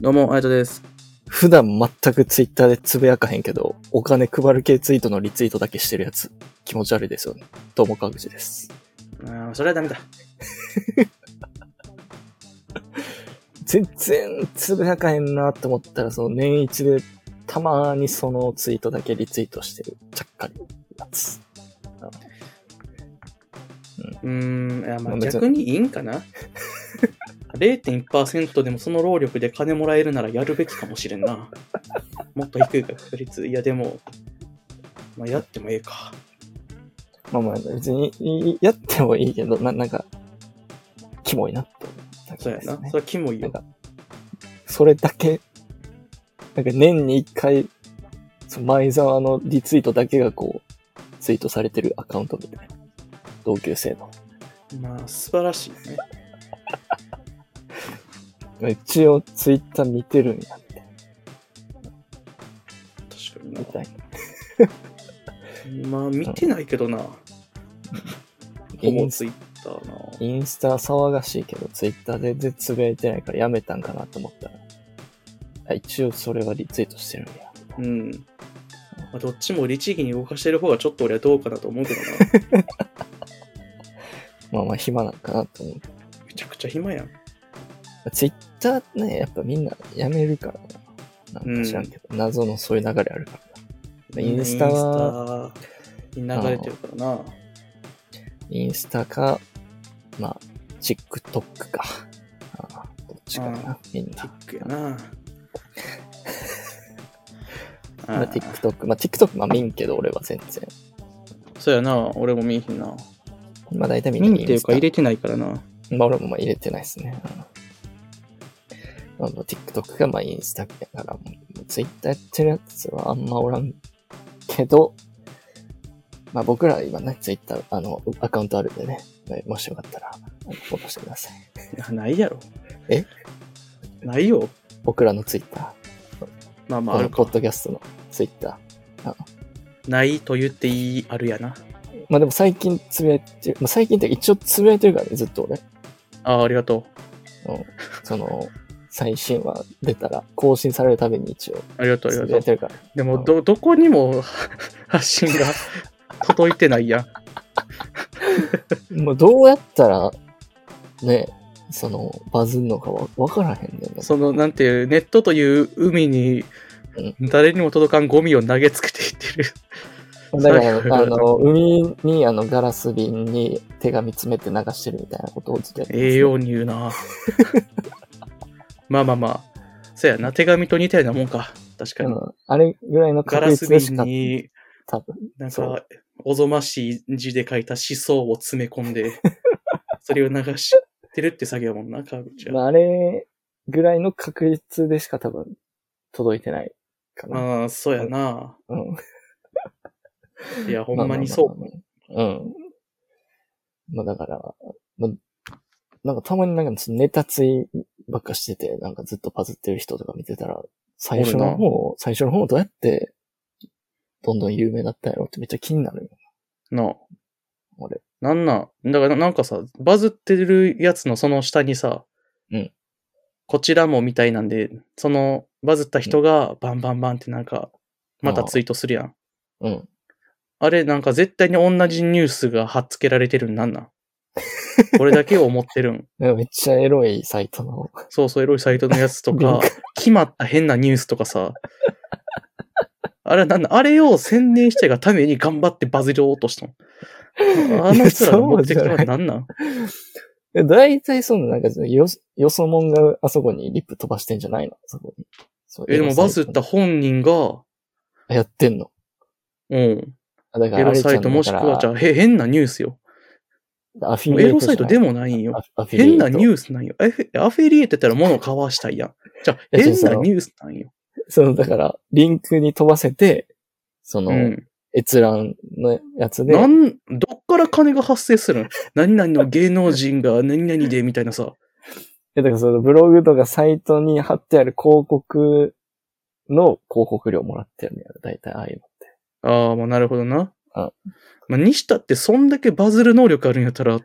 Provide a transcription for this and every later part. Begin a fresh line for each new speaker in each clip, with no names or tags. どうも、あやとです。
普段全くツイッターでつぶやかへんけど、お金配る系ツイートのリツイートだけしてるやつ、気持ち悪いですよね。どうも、川口です。
ああ、それはダメだ。
全然つぶやかへんなって思ったら、その年一でたまにそのツイートだけリツイートしてる、ちゃっかりやつ。
うーん、いやま
ま
あ
あ別に
逆にいいんか な0.1%でもその労力で金もらえるならやるべきかもしれんな。もっと低い確率。いや、でも、まあ、やってもええか。
まあまあ、別にいいやってもいいけど、な、なんか、キモいなって思った
そう
け
や
です
な。
ね
それはキモい
な
よ。
んか、それだけ、なんか年に一回、その前澤のリツイートだけがこう、ツイートされてるアカウントみたいな。同級生の。
まあ、素晴らしいね。
一応ツイッター見てるんやって、
確かに
みたい
な。まあ、見てないけどな。ほぼツイッターな。
インスタ騒がしいけど、ツイッター全然つぶやいてないからやめたんかなと思ったら。あ一応それはリツイートしてるんや。
うん。まあ、どっちも律儀に動かしてる方がちょっと俺はどうかなと思うけどな。
まあまあ暇なんかなと思う。
めちゃくちゃ暇やん。
ツイッターね、やっぱみんなやめるからな。なんか知らんけど、謎のそういう流れあるから。インスタは
インスタに流れてるからな。
インスタか、まあ、TikTok か。ああどっちか
うん
な、みん
ティ
な。
ックや な。
ま
あ
あ、
ー
TikTok。まあ、TikTok まあ見んけど、俺は全然。
そうやな、俺も見えへんな。
まあ、大体みん
見
な
えんってい
イン
う
スタ
か入れてないからな。
まあ、俺もまあ入れてないですね。うんまあ、まあ TikTok がまあインスタだから、もう Twitter やってるやつはあんまおらんけど、まあ僕ら今ね、Twitter、あの、アカウントあるんでね、もしよかったら、あのフォローしてください。
いやないやろ。
え
ないよ。
僕らの Twitter、
まあまあ
こ
あ
の
る
ポ
か
ッ。ドキャストの Twitter。
ないと言っていいあるやな。
まあでも最近つぶやいてる、まあ、最近っていうか一応つぶやいてるからね、ずっと俺。
ああ、ありがとう。
うん。その、最新話出たら、更新されるたびに一応
ありがとう、あ
つ
り
ぶや
が
い
と
てるから。
う。でも、ど、どこにも 発信 が届いてないやん。
もうどうやったら、ね、その、バズんのかわわからへんねんな。
その、なんていう、ネットという海に
うん、
誰にも届かんゴミを投げつけていってる。
だから、
そういう
あの、海に、あの、ガラス瓶に手紙詰めて流してるみたいなことをずっとやってますね
栄養に言うなまあまあまあそやな手紙と似たようなもんか確か
う
に、
ん。あれぐらいの
ガ
確
ラス
率でし
瓶
か、
に
多分。
なん
そ
かおぞましい字で書いた思想を詰め込んでそれを流してるって作業やもんな川口
ま
は、
あ、あれぐらいの確率でしか多分、届いてないかな。
ああそうやな
うん。。
いやほんまにそう
うん。まあだから、まあ、なんかたまになんかネタツイばっかしてて、なんかずっとパズってる人とか見てたら、最初の方、最初の方どうやって、どんどん有名だったんやろってめっちゃ気になるよ。
うな
俺
なんなんだからなんかさバズってるやつのその下にさ、
うん
こちらもみたいなんでそのバズった人がバンバンバンってなんかまたツイートするやん
うん。
あれ、なんか絶対に同じニュースが貼っつけられてるんなん なんこれだけを思ってるん。
なんかめっちゃエロいサイトの、
そうそう、エロいサイトのやつと
リ
か
ンク、
決まった変なニュースとかさ。あれ、なんだ、あれを宣伝したいがために頑張ってバズり落としたの。あの人らの目的
いやそう
は
じゃ
何なん
え大体そのなんかよ、よそもんがあそこにリップ飛ばしてんじゃないのそこに。そう
え、でも
エロサイ
バ
ト
ズった本人が、
あやってんの。
うん。
あだか
エ
らあ
ロ
れちゃ
サ
ん
イトもしくは、じゃ
ん
あ、へ変なニュースよ。
アフィリエイ
エ
ト
ロサイトでもないんよ。変なニ
ー
ュースなんよ。アフィアフィリエイトやったら物を買わしたい やん。じゃあ、
いや
変
違うそ
な
の
ニュースなんよ。
その、だから、リンクに飛ばせて、その、
うん。
閲覧のやつで、
なん、どっから金が発生するん 何々の芸能人が何々でみたいなさ。
えだからそのブログとかサイトに貼ってある広告の広告料もらってるんだよ。だいたいああいう
ああ、まあなるほどな。
あ
まあ、にしたってそんだけバズる能力あ るんやったら、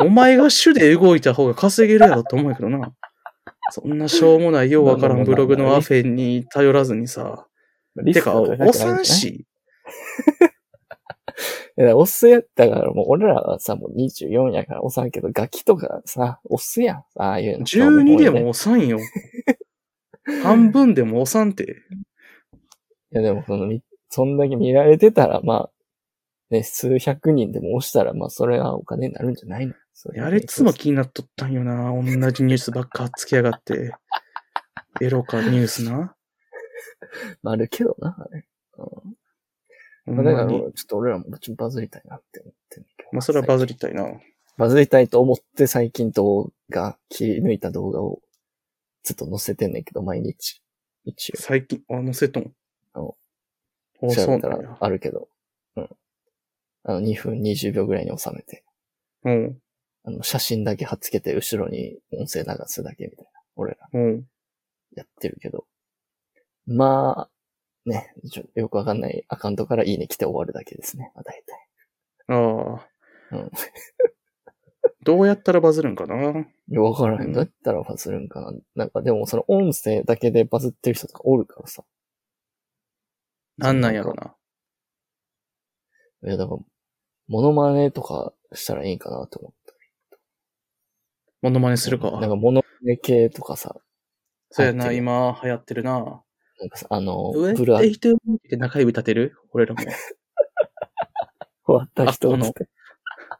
お前が主で動いた方が稼げるやろって思うけどな。そんなしょうもないようわからんブログのアフェンに頼らずにさ。
リ
て
スク
か、
が高くな
お
るじゃない
さんし、
いや、お酢やったから、もう俺らはさ、もう24やからおさんやけど、ガキとかさ、お酢やん。ああいうの。
12で
い
もおさ んよ。半分でもおさんって。
や、でもその、みそんだけ見られてたら、まあ、ね、数百人でも押したら、まあ、それはお金になるんじゃないのそれ
あれっつも気になっとったんよな。同じニュースばっかつきやがって。エロかニュースな。
まあ、あるけどな、あれ。
ほん
まあ、だ
ま
から、ち
に
ょっと俺らももちろんバズりたいなって思ってんだけど
まあ、それはバズり
最近
たいな。
バズりたいと思って、最近動画、切り抜いた動画を、ずっと載せてんねんけど、毎日。一応。
最近、あ、載せとん。
お
お
調
そう
べ
な
た
ん
ら
や。
あるけど。うん。あの、2分20秒ぐらいに収めて、
うん。
あの、写真だけ貼っつけて、後ろに音声流すだけみたいな。俺ら
うん。
やってるけど。まあ、ね、ちょよくわかんないアカウントからいいね来て終わるだけですね。まあ、大体。
ああ。
うん
どうやったらバズるんかな。
いや、わから
う
へ
ん
ん。どうやったらバズるんかな。なんかでも、その音声だけでバズってる人とかおるからさ。
なんなんやろな。
いや、だから、モノマネとかしたらいいんかなと思って。
モノマネするか。
なんか、モノマネ系とかさ、
そうや
流
な、
行ってる
今流行ってるな。
なんかさ、あの、
上
ブラ
で人を見て中指立てる俺ら も。
終わった人
あこ
っ
の
つって。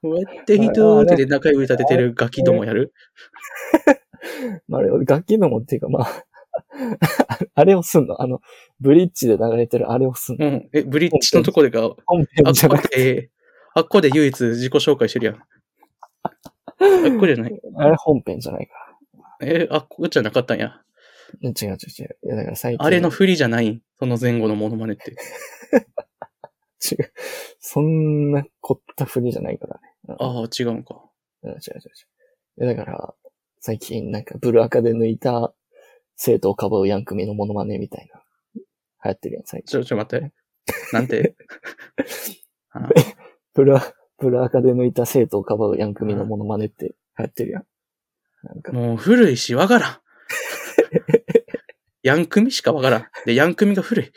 上で人を見て中指立ててるガキどもやる
まあ、あれ、楽器のもっていうか、まあ、 あれをすんのあの、ブリッジで流れてるあれをすんの
うん。え、ブリッジのとこでが、
本編
あっ
じゃな
こ
くて、
で、あっこで唯一自己紹介してるやん。あっこじゃない。
あれ本編じゃないか
え、あっこじゃなかったんや。
ら。違う違う違う。いや、だから最近。
あれの振りじゃないんその前後のモノマネ って。
違う。そんな凝ったふりじゃないからね。
ああ、違うんか。
うん、違う違う違う。いや、だから、最近なんかブルアカで抜いた生徒をかばうヤンクミのモノマネみたいな。流行ってるやん、最
ち
近。
ょ、ちょ、待って。なんてあ
ブルア、ブルアカで抜いた生徒をかばうヤンクミのモノマネって流行ってるやん。なんか、
もう古いし、わから ん。ヤンクミしかわからん。で、ヤンクミが古い。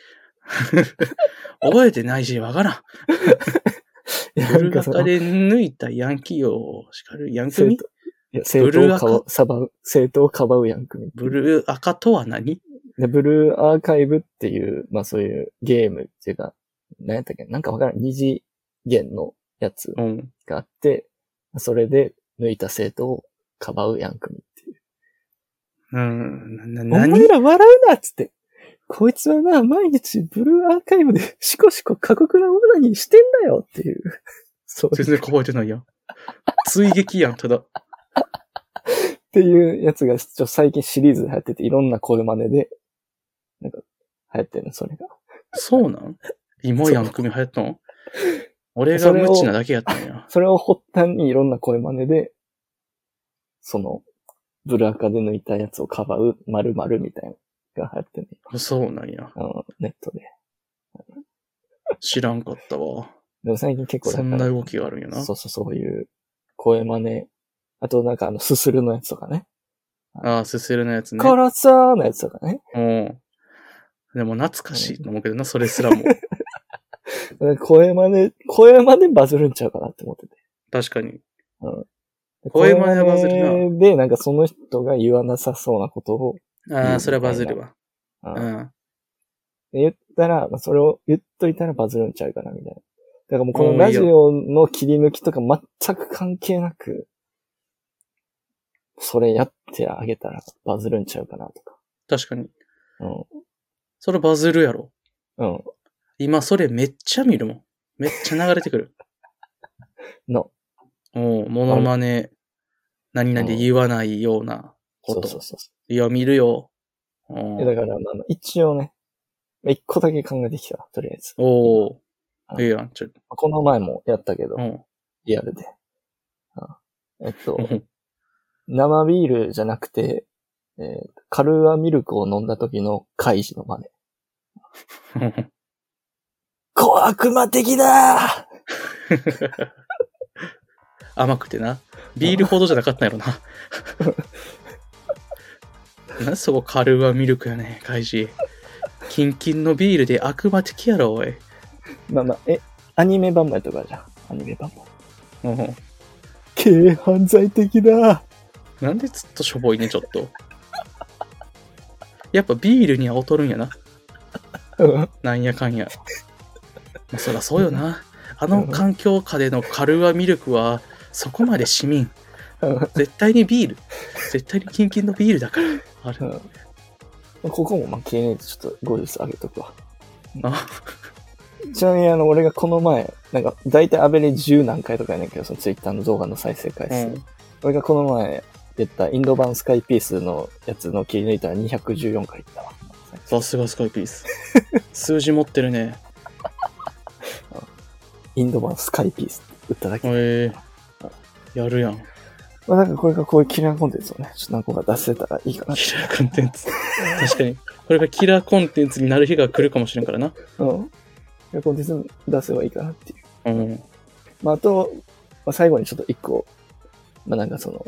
覚えてないし、わからん。
いや
ブ
なん
ル
か
ガ
そ
カ
の
で抜いたヤンキーを叱るヤンク
生
ミ
徒、いや、生徒をか
ブ
ば
ルーア
う、さばう、生徒をかばうヤンクミ。
ブルー赤とは何
で、ブルーアーカイブっていう、まあそういうゲームっていうか、何やったっけなんかわからん。二次元のやつ
うん。
があって、それで抜いた生徒をかばうヤンクミっていう。
うん。な、
お
な
前
何
ら笑うなっつって。こいつはな、毎日ブルーアーカイブでシコシコ過酷なオナニーしてんだよっていう。 そう
全然覚えてないやん。追撃やん、ただ。
っていうやつが、ちょ最近シリーズで流行ってて、いろんな声真似で、なんか、流行ってるの、それが。
そうなん今ヤンクミ流行ったの俺が無知なだけやったんや。
それを発端にいろんな声真似で、その、ブルアカで抜いたやつをかばう、〇〇みたいなのが流行ってる、ね、
そうなんや。
あの、ネットで。
知らんかったわ。
でも最近結構だ
そ
から
んな動きがあるんやな
そ。うそう、そういう声真似。あとなんかあの、すするのやつとかね。
ああ、すするのやつね。
殺さーのやつとかね。
うん。でも懐かしいと思うけどな、それす らも。
声真似、声真似バズるんちゃうかなって思ってて。
確かに。
で
声真似はバズるな
声真似で、なんかその人が言わなさそうなことを、
ああ、それはバズるわ。
あ
う
で
ん。
言ったら、まあ、それを言っといたらバズるんちゃうかな、みたいな。だからもうこ
お
の
ーい
ラ
いよ
ジオの切り抜きとか全く関係なく、それやってあげたらバズるんちゃうかな、とか。
確かに。
うん。
それバズるやろ。
うん。
今それめっちゃ見るもん。めっちゃ流れてくる。
の。
おうモノマネ、何々言わないようなこ
そう
と。
そうそうそう。
いや、見るよ。お
いや
う
だから、まああの、一応ね、まあ一個だけ考えてきた、とりあえず。
おう
あ
いいやん、ちょ、
この前もやったけど
う、ん。
リアルで。あえっと
う、ん
生ビールじゃなくて、えーカルアミルクを飲んだ時のカイジの真似。小悪魔的だー
甘くてな。ビールほどじゃなかったんやろな。なんそこカルーアミルクやねん、開示。キンキンのビールで悪魔的やろ、おい。
まあまあ、え、アニメ版もやっとかじゃん。アニメ版
う
も。
ん
軽犯罪的だ。
なんでずっとしょぼいね、ちょっと。やっぱビールには劣るんやな。
うん。
なんやかんや。まあ、そらそうよな。あの環境下でのカルーアミルクは、そこまで市民。
うん
絶対にビール。絶対にキンキンのビールだから。あれ。
ここもまあ経年ちょっと後日上げとくわ。
あ
ちなみにあの、俺がこの前、なんか、だいたいアベレージ10何回とかやねんけど、そのツイッターの動画の再生回数。
うん
俺がこの前やったインド版スカイピースのやつの切り抜いたら214回いったわ。
さすがスカイピース。数字持ってるね。
インド版スカイピースって打っただけ。
えー、やるやん。
まあなんかこれがこういうキラーコンテンツをね、ちょっと何個か出せたらいいかな。
キラーコンテンツ。確かに。これがキラーコンテンツになる日が来るかもしれんからな。
うん。キラーコンテンツ出せばいいかなっていう。
うん。
まああと、まあ、最後にちょっと一個、まあなんかその、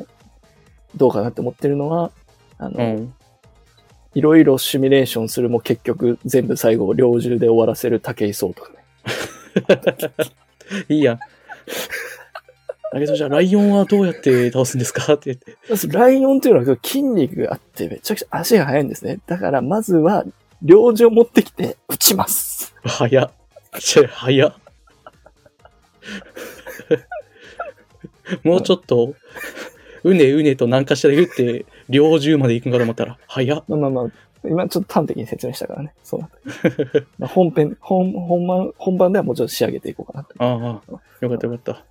どうかなって思ってるのは、あ
う
の、
ん。
いろいろシミュレーションするも結局全部最後、猟銃で終わらせる武井壮とかね。
いいやん。だけどじゃあ、ライオンはどうやって倒すんですかって言って。
まずライオンというのは筋肉があってめちゃくちゃ足が速いんですね。だからまずは、猟銃を持ってきて撃ちます。
早っ。ちょ、早っ。もうちょっと、うねうねと何かしら言って、猟銃まで行くんかと思ったら、早っ。
まあまあまあ、今ちょっと端的に説明したからね。そうなった。まあ本編、本、本番、本番ではもうちょっと仕上げていこうかなと。
ああ、よかったよかった。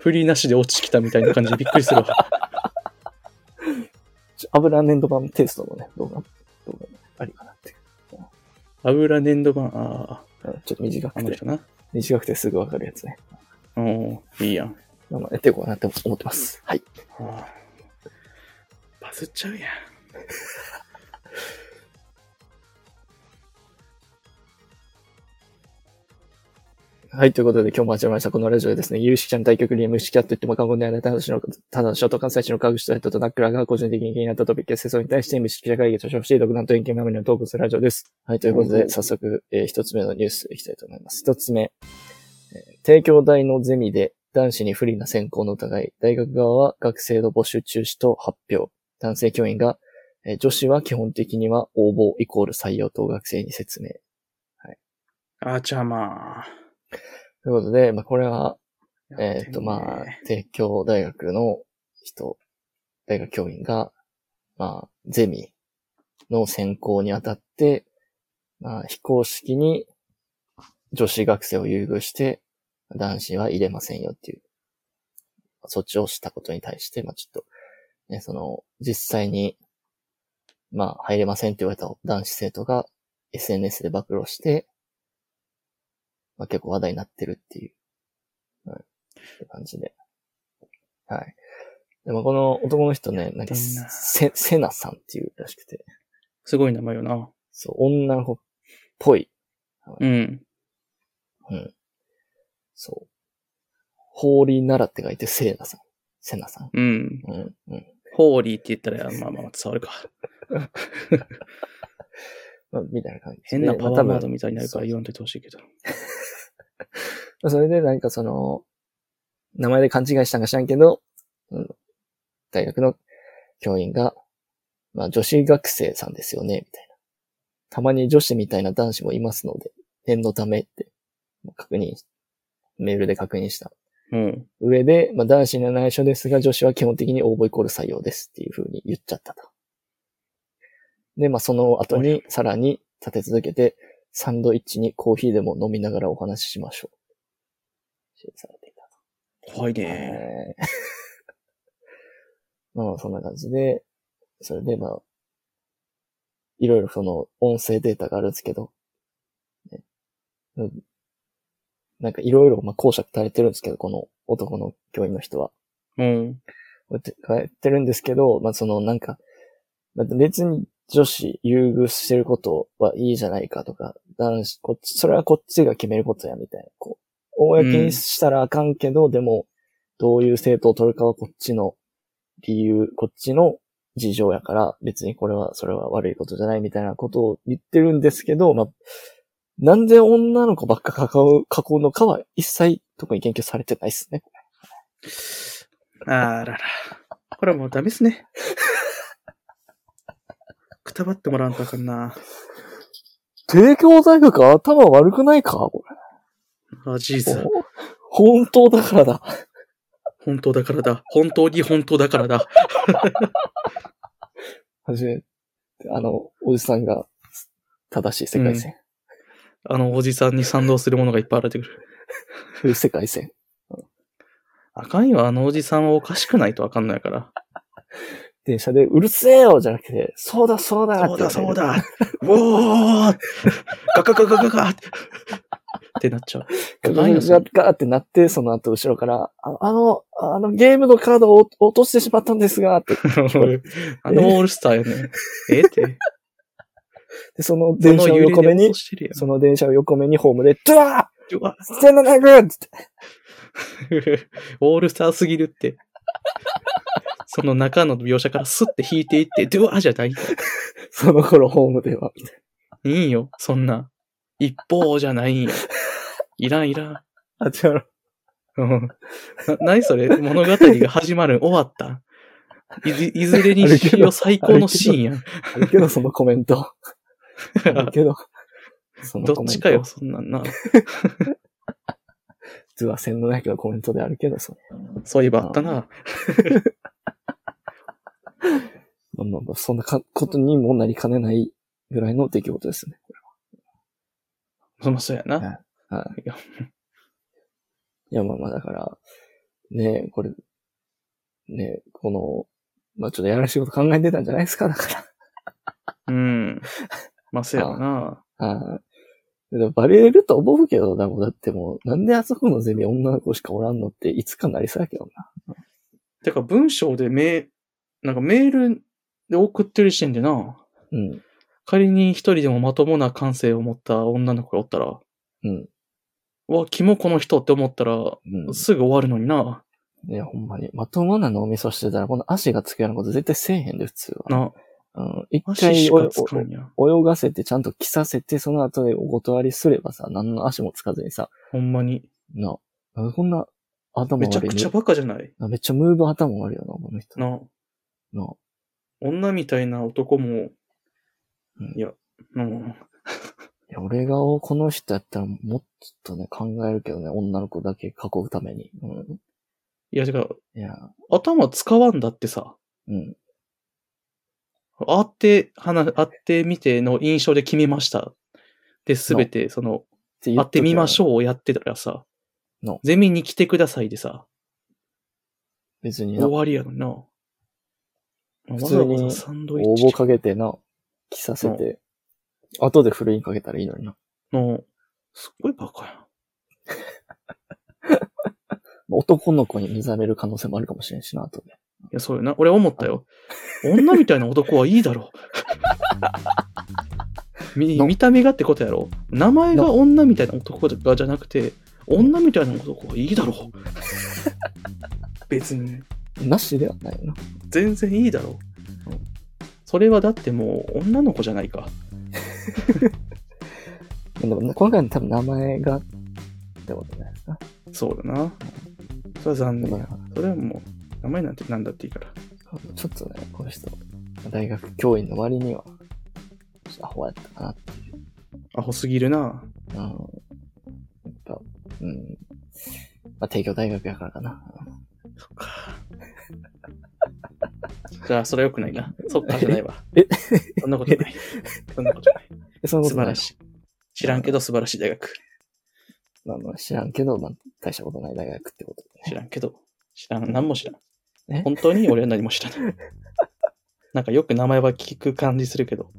振りなしで落ちてきたみたいな感じでびっくりするわ。
ちょ油粘土版テイストのね、動画、動画ありかなっていう。
油粘土板、ああ、
うんちょっと短
あ
く
の
て、
人な。
短くてすぐわかるやつね。
うん、いいやん。
まあまあやっていこうかなって思ってます。はい。
ああバズっちゃうやん。
はい、ということで今日も始まりました。このラジオでですね、有識者の対局に無識者と言っても過言ではない、ただの書ただの書と関西市の科学者とナックラーが個人的に気になったトピックや世相に対して無識者会議と称して、独断と偏見まみれのトークするラジオです。はい、ということで、早速、えー一つ目のニュースいきたいと思います。一つ目、えー帝京大のゼミで男子に不利な選考の疑い、大学側は学生の募集中止と発表。男性教員が、えー女子は基本的には応募イコール採用等学生に説明。
あちゃまあ。
ということで、まあ、これは、えっ、と、
や
まあ
てんね、
帝京大学の人、大学教員が、まあ、ゼミの選考にあたって、まあ、非公式に女子学生を優遇して、男子は入れませんよっていう、措置をしたことに対して、まあ、ちょっと、ね、その、実際に、まあ、入れませんって言われた男子生徒が SNS で暴露して、まあ、結構話題になってるっていうって感じで。はい。でもこの男の人ね、なんか
変な
せ、セナさんっていうらしくて、
すごい名前よな。
そう、女の子っぽい、
うん。
うん。そう。ホーリーならって書いてセナさん。セナさん。
うん。
うん、うん。
ホーリーって言ったら、まあまあ伝わるか。
まあ、みたいな感じで。
変なパワー
ま
ワー
あ多
ド
分
みたいになるから言わんといてほしいけど。
それでなんかその、名前で勘違いしたんか知らんけど、うん、大学の教員が、まあ女子学生さんですよね、みたいな。たまに女子みたいな男子もいますので、念のためって、確認し、メールで確認した。
うん。
上で、まあ男子には内緒ですが、女子は基本的に応募イコール採用ですっていう風に言っちゃったと。で、まあその後に、さらに立て続けて、サンドイッチにコーヒーでも飲みながらお話ししましょう。指示されていた
怖いね。
えー まあまあそんな感じで、それでまあ、いろいろその音声データがあるんですけど、ねうんなんかいろいろまあ講釈垂れてるんですけど、この男の教員の人は。
うん。
こうやって書いてるんですけど、まあそのなんか、まあ別に女子優遇してることはいいじゃないかとか、男子、こっち、それはこっちが決めることやみたいな、こう、公にしたらあかんけど、でも、どういう生徒を取るかはこっちの理由、こっちの事情やから、別にこれは、それは悪いことじゃないみたいなことを言ってるんですけど、まあ、なんで女の子ばっか囲う、囲うのかは一切特に研究されてないですね。
あらら。これはもうダメですね。くたばってもらわんとあかんな。
帝京大学頭悪くないかこ
あ、事
れ
実。。
ほ 本当だからだ。
本当だからだ。本当に本当だからだ。
はじめ、あの、おじさんが正しい世界線。
あの、おじさんに賛同するものがいっぱい現れてくる。
そういう世界線。
あかんよ、あのおじさんはおかしくないとあかんないから。
電車でうるせえよじゃなくて、そうだそうだ
そうだそう。だ。うおーガガガガガガってなっちゃう。
ガガガガってなって、その後後ろから、ああの、あのゲームのカードを落落としてしまったんですが、って。
あのオールスターよね。えって。
でその電車を横目に、その電車を横目にホームで、ドワ
うわ
ーセナナグって
オールスターすぎるって。その中の描写からスッて引いていって、ドゥワーじゃない。
その頃ホームでは、
いいんよ、そんな。一方じゃないんよ。いらんいらん。
あ、違う。
うんな何それ物語が始まる、終わった。いずいずれにしよ最高のシーンやん。
あるけど、そのコメン ト。あるけど、その
ど
コ
っ
メント。
ちかよ、。そんなんな。
ドワセナナグのコメントであるけど、その
そういえばあったな。
まあまあまあ、そんなかことにもなりかねないぐらいの出来事ですね。
そもそうやな。
はい
いや
いや、まあまあ、だから、ねえ、これ、ねえ、この、まあちょっとやらしいこと考えてたんじゃないですか、だか
うん。まあ、そうやな。
ら。はい。でもバレると思うけど、だもだってもう、なんであそこのゼミ女の子しかおらんのって、いつかなりそうやけどな。
てか、文章でメ、なんかメールで送ってる時点でな、
うん。
仮に一人でもまともな感性を持った女の子がおったら、
うん。
うわ、キモこの人って思ったら、
うん。
すぐ終わるのにな。
いや、ほんまに。まともな脳みそしてたら、この足がつくようなこと絶対せえへんで、普通は。
な、
うん。一
足
回
し
お
か
よ、
つかんや。
お泳がせて、ちゃんと着させて、その後でお断りすればさ、何の足もつかずにさ、
ほんまに。
な、なんでこんな頭
め
悪いね
ちゃくちゃバカじゃない。
あめっちゃムーブ頭悪いよな、この人。
な。
な
女みたいな男も
うん、
いや、うん、
いや俺がこの人やったらもっとね、考えるけどね、女の子だけ囲うために。うん。
いや、てか、
いや、
頭使わんだってさ、
うん。
会って、話、会ってみての印象で決めました。で、すべて、その、
て言
会ってみまし
う。
ょうをやってたらさ
の、
ゼミに来てくださいでさ、
別にな、
終
応
わりやのにな。まあ
普
わ
通
ざ
に
わざサンドイッ
募
チ
かけてな、着させて、後でふるいにかけたらいいのにな。
の、すっごいバカやん。
男の子に目覚める可能性もあるかもしれんしな、後で。
いや、そうよな。俺思ったよ。女みたいな男はいいだ ろ。み見た目がってことやろ。名前が女みたいな男がじゃなくて、女みたいな男はいい だろ。別に、
なしではないよな。
全然いいだろ。それはだってもう女の子じゃないか。
でもね、今回の多分名前が、ってことじゃないですか。
そうだな。それは残
だ
念
か
や
ら。
それはもう、名前なんて何だっていいから。
ちょっとね、この人、大学教員の割には、ちょっとアホやったかなって。
アホすぎるな。
うん。やっぱ、うん。まあ、帝京大学やからかな。
そっか。じゃあ、それは良くないな。そっかじゃないわ。
え
そんなことない。そんなことない。
でその
素晴らしい。知らんけど素晴らしい大学。
い。まあまあ、知らんけど、まあ、大したことない大学ってことで
知
ね。
らんけど、知らん、何も知ら
え
ん。本当に俺は何も知らない。なんかよく名前は聞く感じするけど、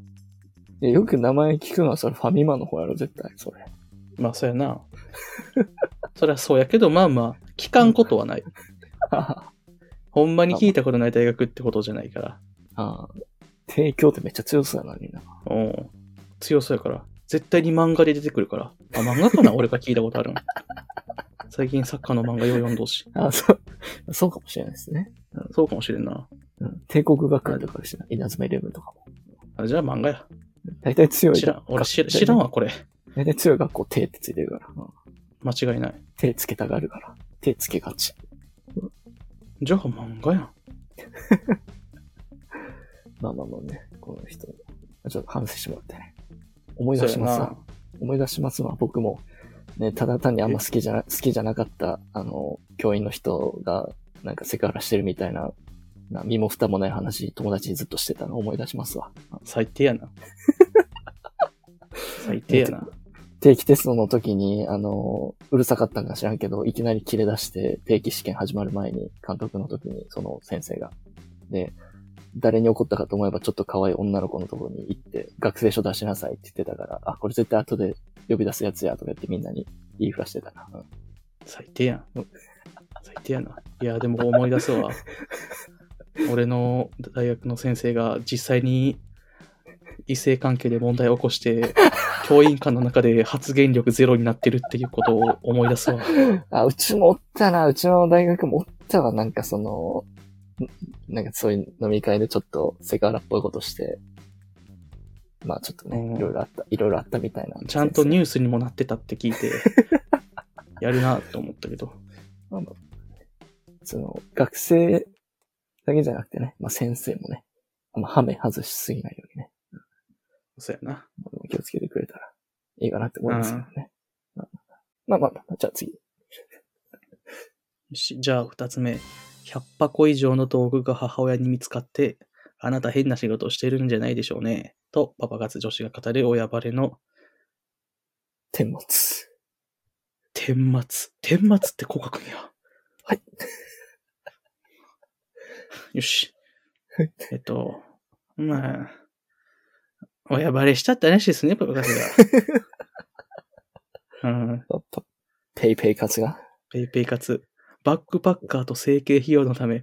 いやよく名前聞くのは、それファミマの方やろ、絶対、それ。
まあそうやな。そりゃそうやけど、まあまあ、聞かんことはない。
あ
ほんまに聞いたことない大学ってことじゃないから。
あ。帝京ってめっちゃ強そうやな、みんな。
うん。 強そうやから。絶対に漫画で出てくるから。あ、漫画かな俺が聞いたことあるん。最近サッカーの漫画よう読んどうし。
あ、そう、そう かもしれないですね。
そうかもしれんな。
うん、帝国学園とかですね。稲妻イレブンとかも。
あじゃあ漫画や。
大体強い。
知らん。俺知ら知らんわ、これ。
大体強い学校、手ってついてるから。うん
間違いない。
手つけたがるから。手つけがち。
じゃあ漫画やん。
まあまあまあね、この人。ちょっと反省してもらってね。思い出します
そうや
わ
な。。
思い出しますわ、僕も。ね、ただ単にあんま好きじゃな、好きじゃなかった、あの、教員の人が、なんかセクハラしてるみたいな、な身も蓋もない話、友達にずっとしてたの思い出しますわ。
最低や な。最低やな。
定期テストの時に、あの、うるさかったんか知らんけど、いきなり切れ出して、定期試験始まる前に、監督の時に、その先生が。で、誰に怒ったかと思えば、ちょっと可愛い女の子のところに行って、学生証出しなさいって言ってたから、あ、これ絶対後で呼び出すやつや、とか言ってみんなに言いふらしてたな。うん
最低やん。最低やな。いや、でも思い出すわ。俺の大学の先生が実際に異性関係で問題を起こして、教員間の中で発言力ゼロになってるっていうことを思い出すわ。
あ、うちもおったな、うちの大学もおったわ、なんかその、んなんかそういう飲み会でちょっとセクハラっぽいことして、まあちょっと
うん
ね、いろいろあった、いろいろあったみたいな。
ちゃんとニュースにもなってたって聞いて、やるなと思ったけど。
まあまあその、学生だけじゃなくてね、まあ先生もね、あんまハメ外しすぎないようにね、
そうやな。
気をつけてくれたらいいかなって思いますけどね。まあまあまあ、じゃあ次。
よし、じゃあ二つ目。100箱以上の道具が母親に見つかって、あなた変な仕事をしてるんじゃないでしょうね。と、パパ活女子が語る親バレの
天末。
顛末。顛末ってこう書くんや。
はい。
よし
はい。
えっと、まあ、親バレしちゃったらしいですね、パパ 活が。うん。
やっぱペイペイ活が。
ペイペイ活。バックパッカーと整形費用のた め。い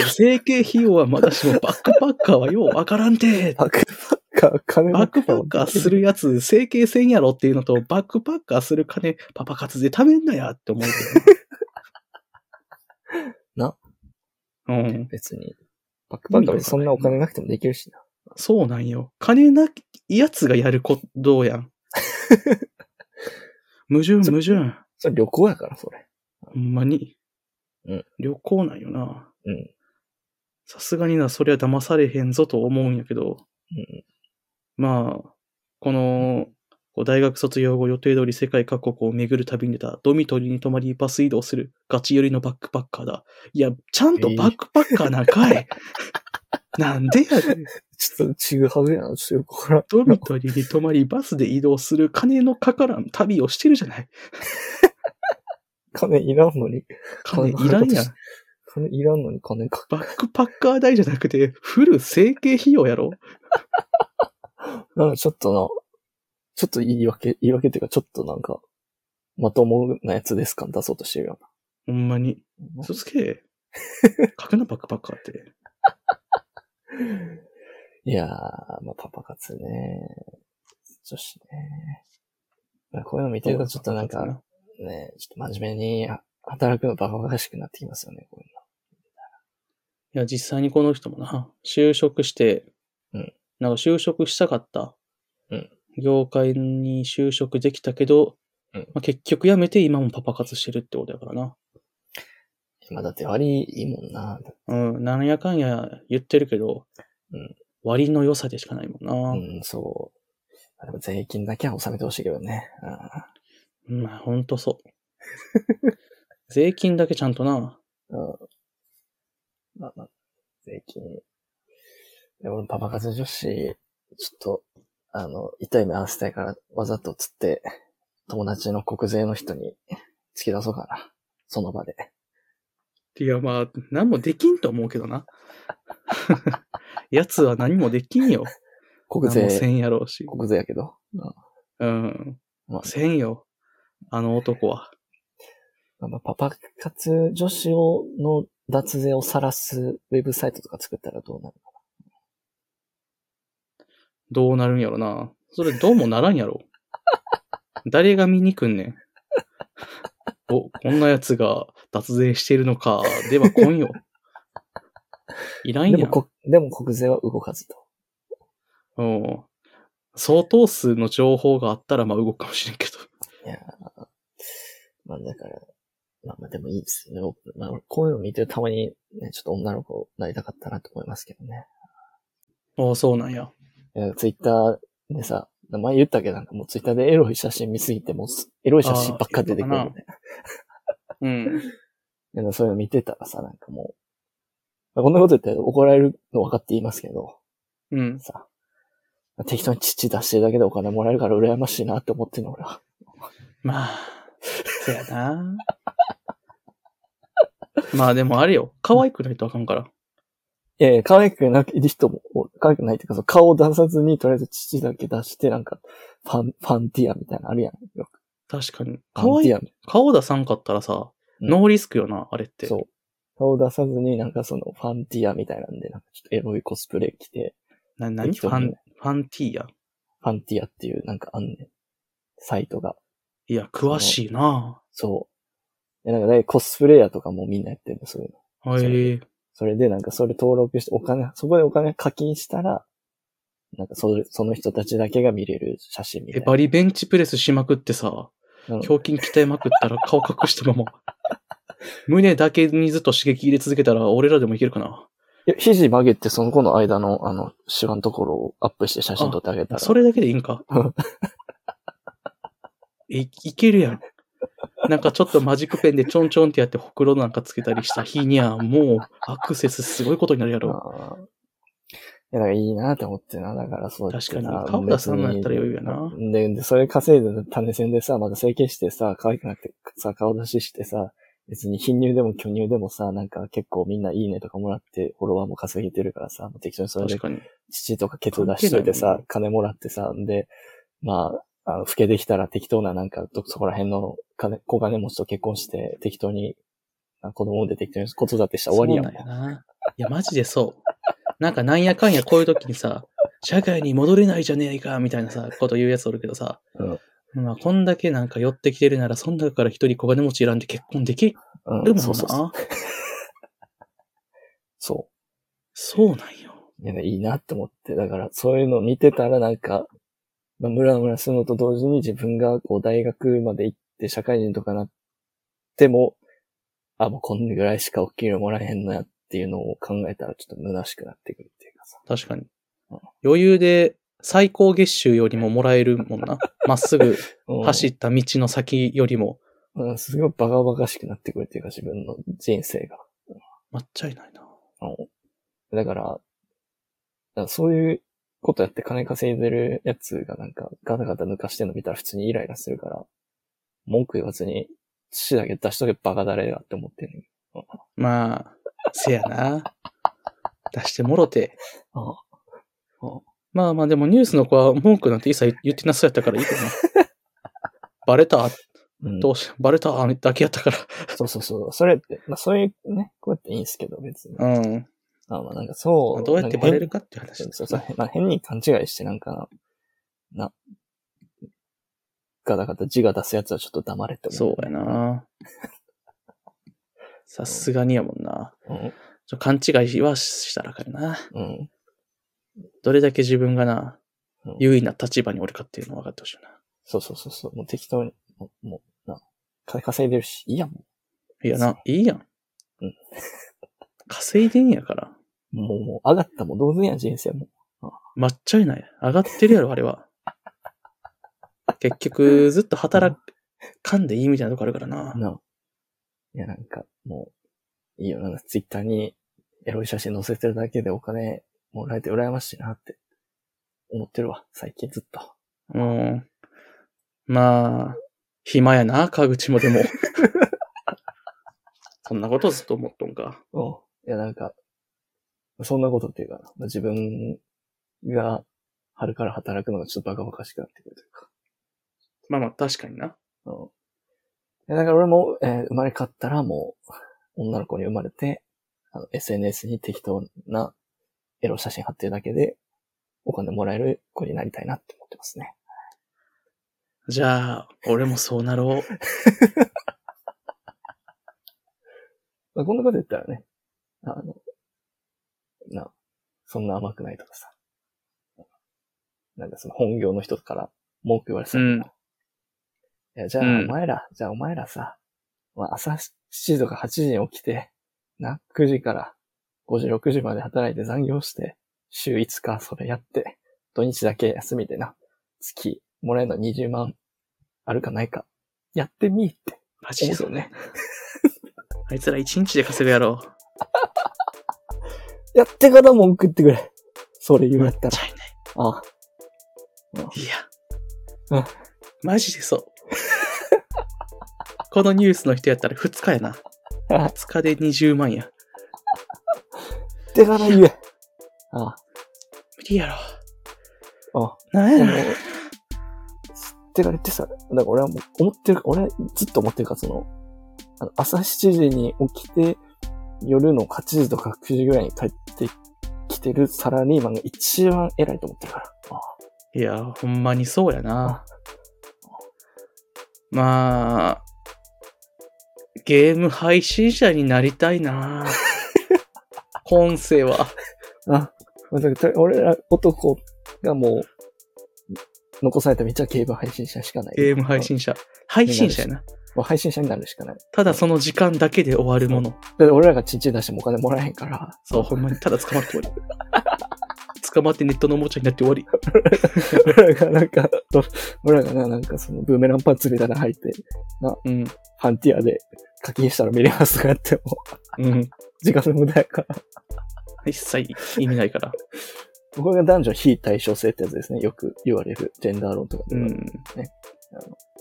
や整形費用はまだしも、バックパッカーはようわからんて。
バックパッカー、金
バックパッカーするやつ、整形せんやろっていうの と、バックパッカーする金、パパ活で貯めんなやって思うけど
な。
うん。
別に。バックパッカーでそんなお金なくてもできるしな。
そうなんよ。金なきやつがやることどうや ん。矛盾、矛盾。
それ旅行やから、それ。
ほんまに。
うん
旅行なんよな。
うん。
さすがにな、それは騙されへんぞと思うんやけど、
うん。
まあ、この、こう大学卒業後予定通り世界各国を巡る旅に出た、ドミトリーに泊まりバス移動する、ガチ寄りのバックパッカーだ。いや、ちゃんとバックパッカーなんか い。なんでやねん
ちょっと、ちぐはぐやな、ちょっとよくわからん。
ドミトリーに泊まりバスで移動する金のかからん旅をしてるじゃない。
金いらんのに。
金いらんやん。
金いらんのに金か
バックパッカー代じゃなくて、フル整形費用やろ
なんかちょっとな、ちょっと言い訳、言い訳っていうか、ちょっとなんか、まともなやつですか出そうとしてるよ
ほんまに。
うな。
嘘つ け。書くな、バックパッカーって。
いやー、まあ、パパ活ね。女子ね。まあこういうの見てるとちょっとなんか、ね、ちょっと真面目に働くのバカバカしくなってきますよね、こういうの。
いや、実際にこの人もな、就職して、
うん
なんか就職したかった、
うん
業界に就職できたけど、
うん
まあ、結局辞めて今もパパ活してるってことやからな。
まあだって割いいもんな。
うん、なんやかんや言ってるけど、
うん
割の良さでしかないもんな。
うん、そう。まあでも税金だけは納めてほしいけどね。
うん、まあ、ほんとそう。 税金だけちゃんとな、
うん。うん。まあまあ、税金。でもパパ活女子、ちょっと、あの、痛い目合わせたいからわざとつって、友達の国税の人に突き出そうかな。その場で。
いや、まあ、何もできんと思うけど な。やつは何もできんよ。
国
何もせ
税、
んやろうし。
国税やけど。うん
うん。
まあ
せんよ。あの男は。
まあまあ、パパ活女子を、の脱税を晒すウェブサイトとか作ったらどうなる
どうなるんやろな。それどうもならんやろ。誰が見に来んねん。お、こんなやつが脱税してるのか、では来んよ。いらんや
でも
ん。
こ、でも国税は動かずと。
うん。相当数の情報があったら、まあ動くかもしれんけど。
いやーまあだから、まあまあでもいいですね。まあ俺こういうの見てたまにね、ちょっと女の子になりたかったなと思いますけどね。
ああ、そうなんや。
ツイッターでさ、前言ったけどなんかもうツイッターでエロい写真見すぎて、もうすエロい写真ばっか出てくる
あー
みたい
うん。
な。でそういうの見てたらさ、なんかもう、まあこんなこと言ったら怒られるの分かって言いますけど、
うん。
さ、まあ適当に父出してるだけでお金もらえるから羨ましいなって思ってんの俺は。
まあ、そやな。まあでもあれよ。可愛くないとあかんから。
いやいや、可愛くない人も、可愛くないっていうか、その顔を出さずに、とりあえず父だけ出して、なんか、パン、パンティアみたいなのあるやん。よく
確かに。
パン
可愛
テ
い
ィアみ
顔出さんかったらさ、
うん
ノーリスクよな、あれって。
そう。顔を出さずに、なんかその、ファンティアみたいなんで、なんかちょっとエロいコスプレ着て、
な、何
適
フ
当
ァ
に
ン
ね、
ファンティーや。
ファンティアっていう、なんかあんねん。サイトが。
いや、詳しいな。
そう。で、なんかね、コスプレイヤーとかもみんなやってるの、そういうの。
へ
う
え
それで、なんかそれ登録して、お金、そこでお金課金したら、なんかそれ、その人たちだけが見れる写真み
え、
たいな。
バリベンチプレスしまくってさ、
うん
胸筋鍛えまくったら顔隠したまま。胸だけにずっと刺激入れ続けたら俺らでもいけるかな。
いや、肘曲げて、その子の間の、あの、シワのところをアップして写真撮ってあげたら。
それだけでいいんか
うん。
え、いけるやん。なんかちょっとマジックペンでちょんちょんってやってほくろなんかつけたりした日にはもうアクセスすごいことになるやろ。
ああいや、だからいいなって思ってな。だからそうやって
確か
な
に顔出さんのやったら余裕やな
別にで、で、それ稼いで種銭でさ、また整形してさ、可愛くなってさ、顔出ししてさ、別に貧乳でも巨乳でもさ、なんか結構みんないいねとかもらって、フォロワーも稼げてるからさ、適当にそれで
確かに。
父とかケツ出しとい
関係
て
ない
さ、金もらってさ、んで、まあ、あの、老けできたら適当ななんか、どそこら辺の金、小金持ちと結婚して、適当に、あ子供産んで適当に子育てしたら終わりや
そ
も。
うんなんやな。いや、マジでそう。なんかなんやかんやこういう時にさ、社会に戻れないじゃねえか、みたいなさ、こと言うやつおるけどさ、まあ、こんだけなんか寄ってきてるなら、そん中から一人小金持ち選んで結婚できる
うん。
もんな。そう
そ
う
そうそう。
なん
そ
よ。
う。いや、いいなって思って、だから、そういうのを見てたらなんか、まあ、ムラムラするのと同時に自分がこう大学まで行って社会人とかなっても、あ、もうこんぐらいしかお給料もらえへんのやっていうのを考えたらちょっと虚しくなってくるっていうかさ。
確かに
うん。
余裕で最高月収よりももらえるもんな。まっすぐ
うん
走った道の先よりも、
うん、すごいバカバカしくなってくるっていうか、自分の人生が。
まっちゃいないな。
あのだから、だからそういうことやって金稼いでるやつがなんかガタガタ抜かしてんの見たら普通にイライラするから、文句言わずに、父だけ出しとけバカだれだって思ってる。
まあ、せやな。出してもろ て。
ああああ
まあまあ、でもニュースの子は文句なんて一切言ってなそうや ったからいいけどな。バレた、
うん、
どうし、バレただけやったから。
そうそうそう。それって、まあそういうね、こうやっていいんですけど、別に。
うん。
あまあなんかそう。
まあどうやってバレるかっていう話
そ
だ
うそうそう、まあ、変に勘違いして、なんか、な、ガタガタ字が出すやつはちょっと黙れって思
そうやな。さすがにやもんな。
うん。
ちょ勘違いはしたらあかんよな。
うん。
どれだけ自分がな
うん、
優位な立場におるかっていうのを分かってほしいな。
そうそうそうそう。もう適当に、もう、もうな、か稼いでるし、いいやも
いやな、いいやん
うん。
稼いでんやから。
う。もう、もう、上がったも同然や、人生も。
まっちゃいない。上がってるやろ、あれは。結局、ずっと働かんでいいみたいなとこあるからな。
な。いや、なんか、もう、いいよ。なんか、ツイッターに、エロい写真載せてるだけでお金もらえて羨ましいなって、思ってるわ。最近ずっと。
うん。まあ、暇やな、川口もでも。 そんなことずっと思っとんか。
うん。いや、なんか、そんなことっていうか、まあ自分が春から働くのがちょっとバカバカしくなってくるというか。
まあまあ、確かにな。
うん。いや、だから俺も、えー生まれ変わったらもう、女の子に生まれて、あの SNS に適当なエロ写真貼ってるだけで、お金もらえる子になりたいなって思ってますね。
じゃあ、俺もそうなろう。
まあ、こんなこと言ったらね、あの、な、そんな甘くないとかさ、なんかその本業の人から文句言われてた ら、
うん
いや、じゃあ
うん
お前ら、じゃあお前らさ、まあ、朝7時とか8時に起きて、な、9時から5時、6時まで働いて残業して、週5日それやって、土日だけ休みでな、月もらえるの20万あるかないか、やってみーって
マジ
思
で
うよね。
あいつら一日で稼ぐやろ。
やってから文句言ってくれ。それ言うんだった
ち
ら。
ゃい
ああ
ない。い
うん
や。マジでそう。 このニュースの人やったら2日やな。2日で20万や。
やってから言え。ああ
無理やろ。
ああ
なん
で
や
も、
ろ
吸ってかれてさ、だから俺はもう思ってる、俺はずっと思ってるから、その、あの朝7時に起きて、夜の8時とか9時ぐらいに帰ってきてるサラリーマンが一番偉いと思ってるから。あ
いや、ほんまにそうやな
あ。
まあ、ゲーム配信者になりたい な。今世は。
あ、まあだから俺ら男がもう、残された道はゲーム配信者しかない。
ゲーム配信者。配信者やな。
もう配信者になるしかない。
ただその時間だけで終わるもの。
だって俺らがチンチン出してもお金もらえへんから、
そう、ほんまに。ただ捕まって終わり。捕まってネットのおもちゃになって終わり。
俺らがなんか、 ど俺らがな、なんかそのブーメランパンツみたいなの履いて、
うん。
ファンティアで課金したら見れますとかやっても、
うん。
時間の無駄やから。
一切意味ないから。
これが男女非対称性ってやつですね。よく言われるジェンダー論とかで
う
は、
ん。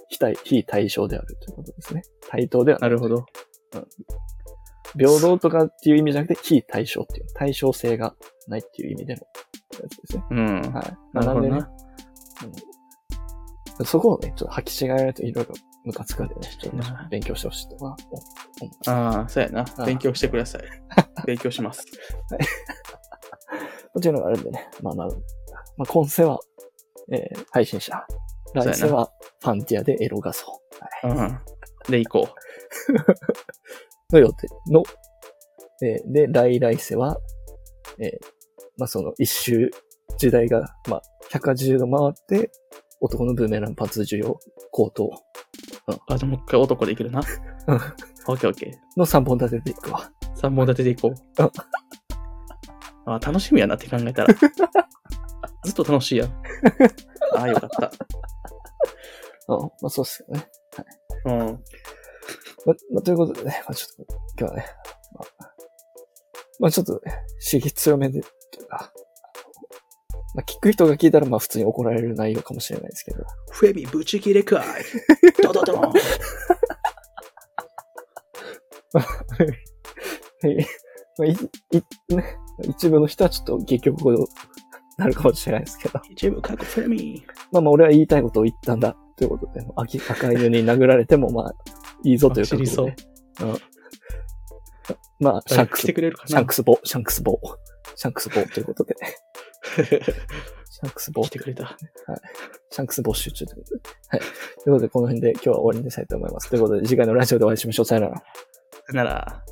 非対非対称であるということですね。対等では
な
な。
いるほど。
平等とかっていう意味じゃなくて、非対称っていう。対称性がないっていう意味でのやつですね。
うん。
はい。
なるほど
まあんでね
な。
うんそこをね、ちょっと履き違えるといろいろムカつくんでね、ちょっと
な
勉強してほしいとは
ああ、そうやな。
あ
勉強してくだ さい。勉強します。
っていうのがあるんでね。まあまあ、まあ、今世は、えー、配信者。
うやな
来世は、ファンティアでエロ画像。はい
うん。で、行こ
の予定の、えーで、来来世は、えーまあその一周、時代が、まあ、180度回って、男のブーメランパンツ需要高騰
う。あ、でもう一回男でいけるな。
うん
オッケーオッケ
の3本立てていくわ。
ー。三本立てでいこう
うん。
あ楽しみやなって考え たら。ずっと楽しいやん。ああ、よかった。
うん。まあそうっすよね。
うん。
ま、まあ、ということでね、まあ、ちょっと、今日はね、まあ、まあ、ちょっと、ね、刺激強めで、というか、まあ、聞く人が聞いたら、まあ、普通に怒られる内容かもしれないですけど、
フェビブチ切れかい。ドドドン。
はいまあ、い、 い、 ね、一部の人はちょっと結局ほどなるかもしれないですけど、
一部過去フェミ。
まあまあ、俺は言いたいことを言ったんだ、ということで、あき 赤い犬に殴られても、まあ、いいぞということ
走り
で、
そう。
まあ、シャンク
来
ス
て、くれるかな
シャンクス棒、シャンクス棒、シャンクス棒ということ で、シャンクス棒
来てくれた。
シャンクス募集中ということで。はい。ということで、この辺で今日は終わりにしたいと思います。ということで、次回のラジオでお会いしましょう。さよなら。
なら。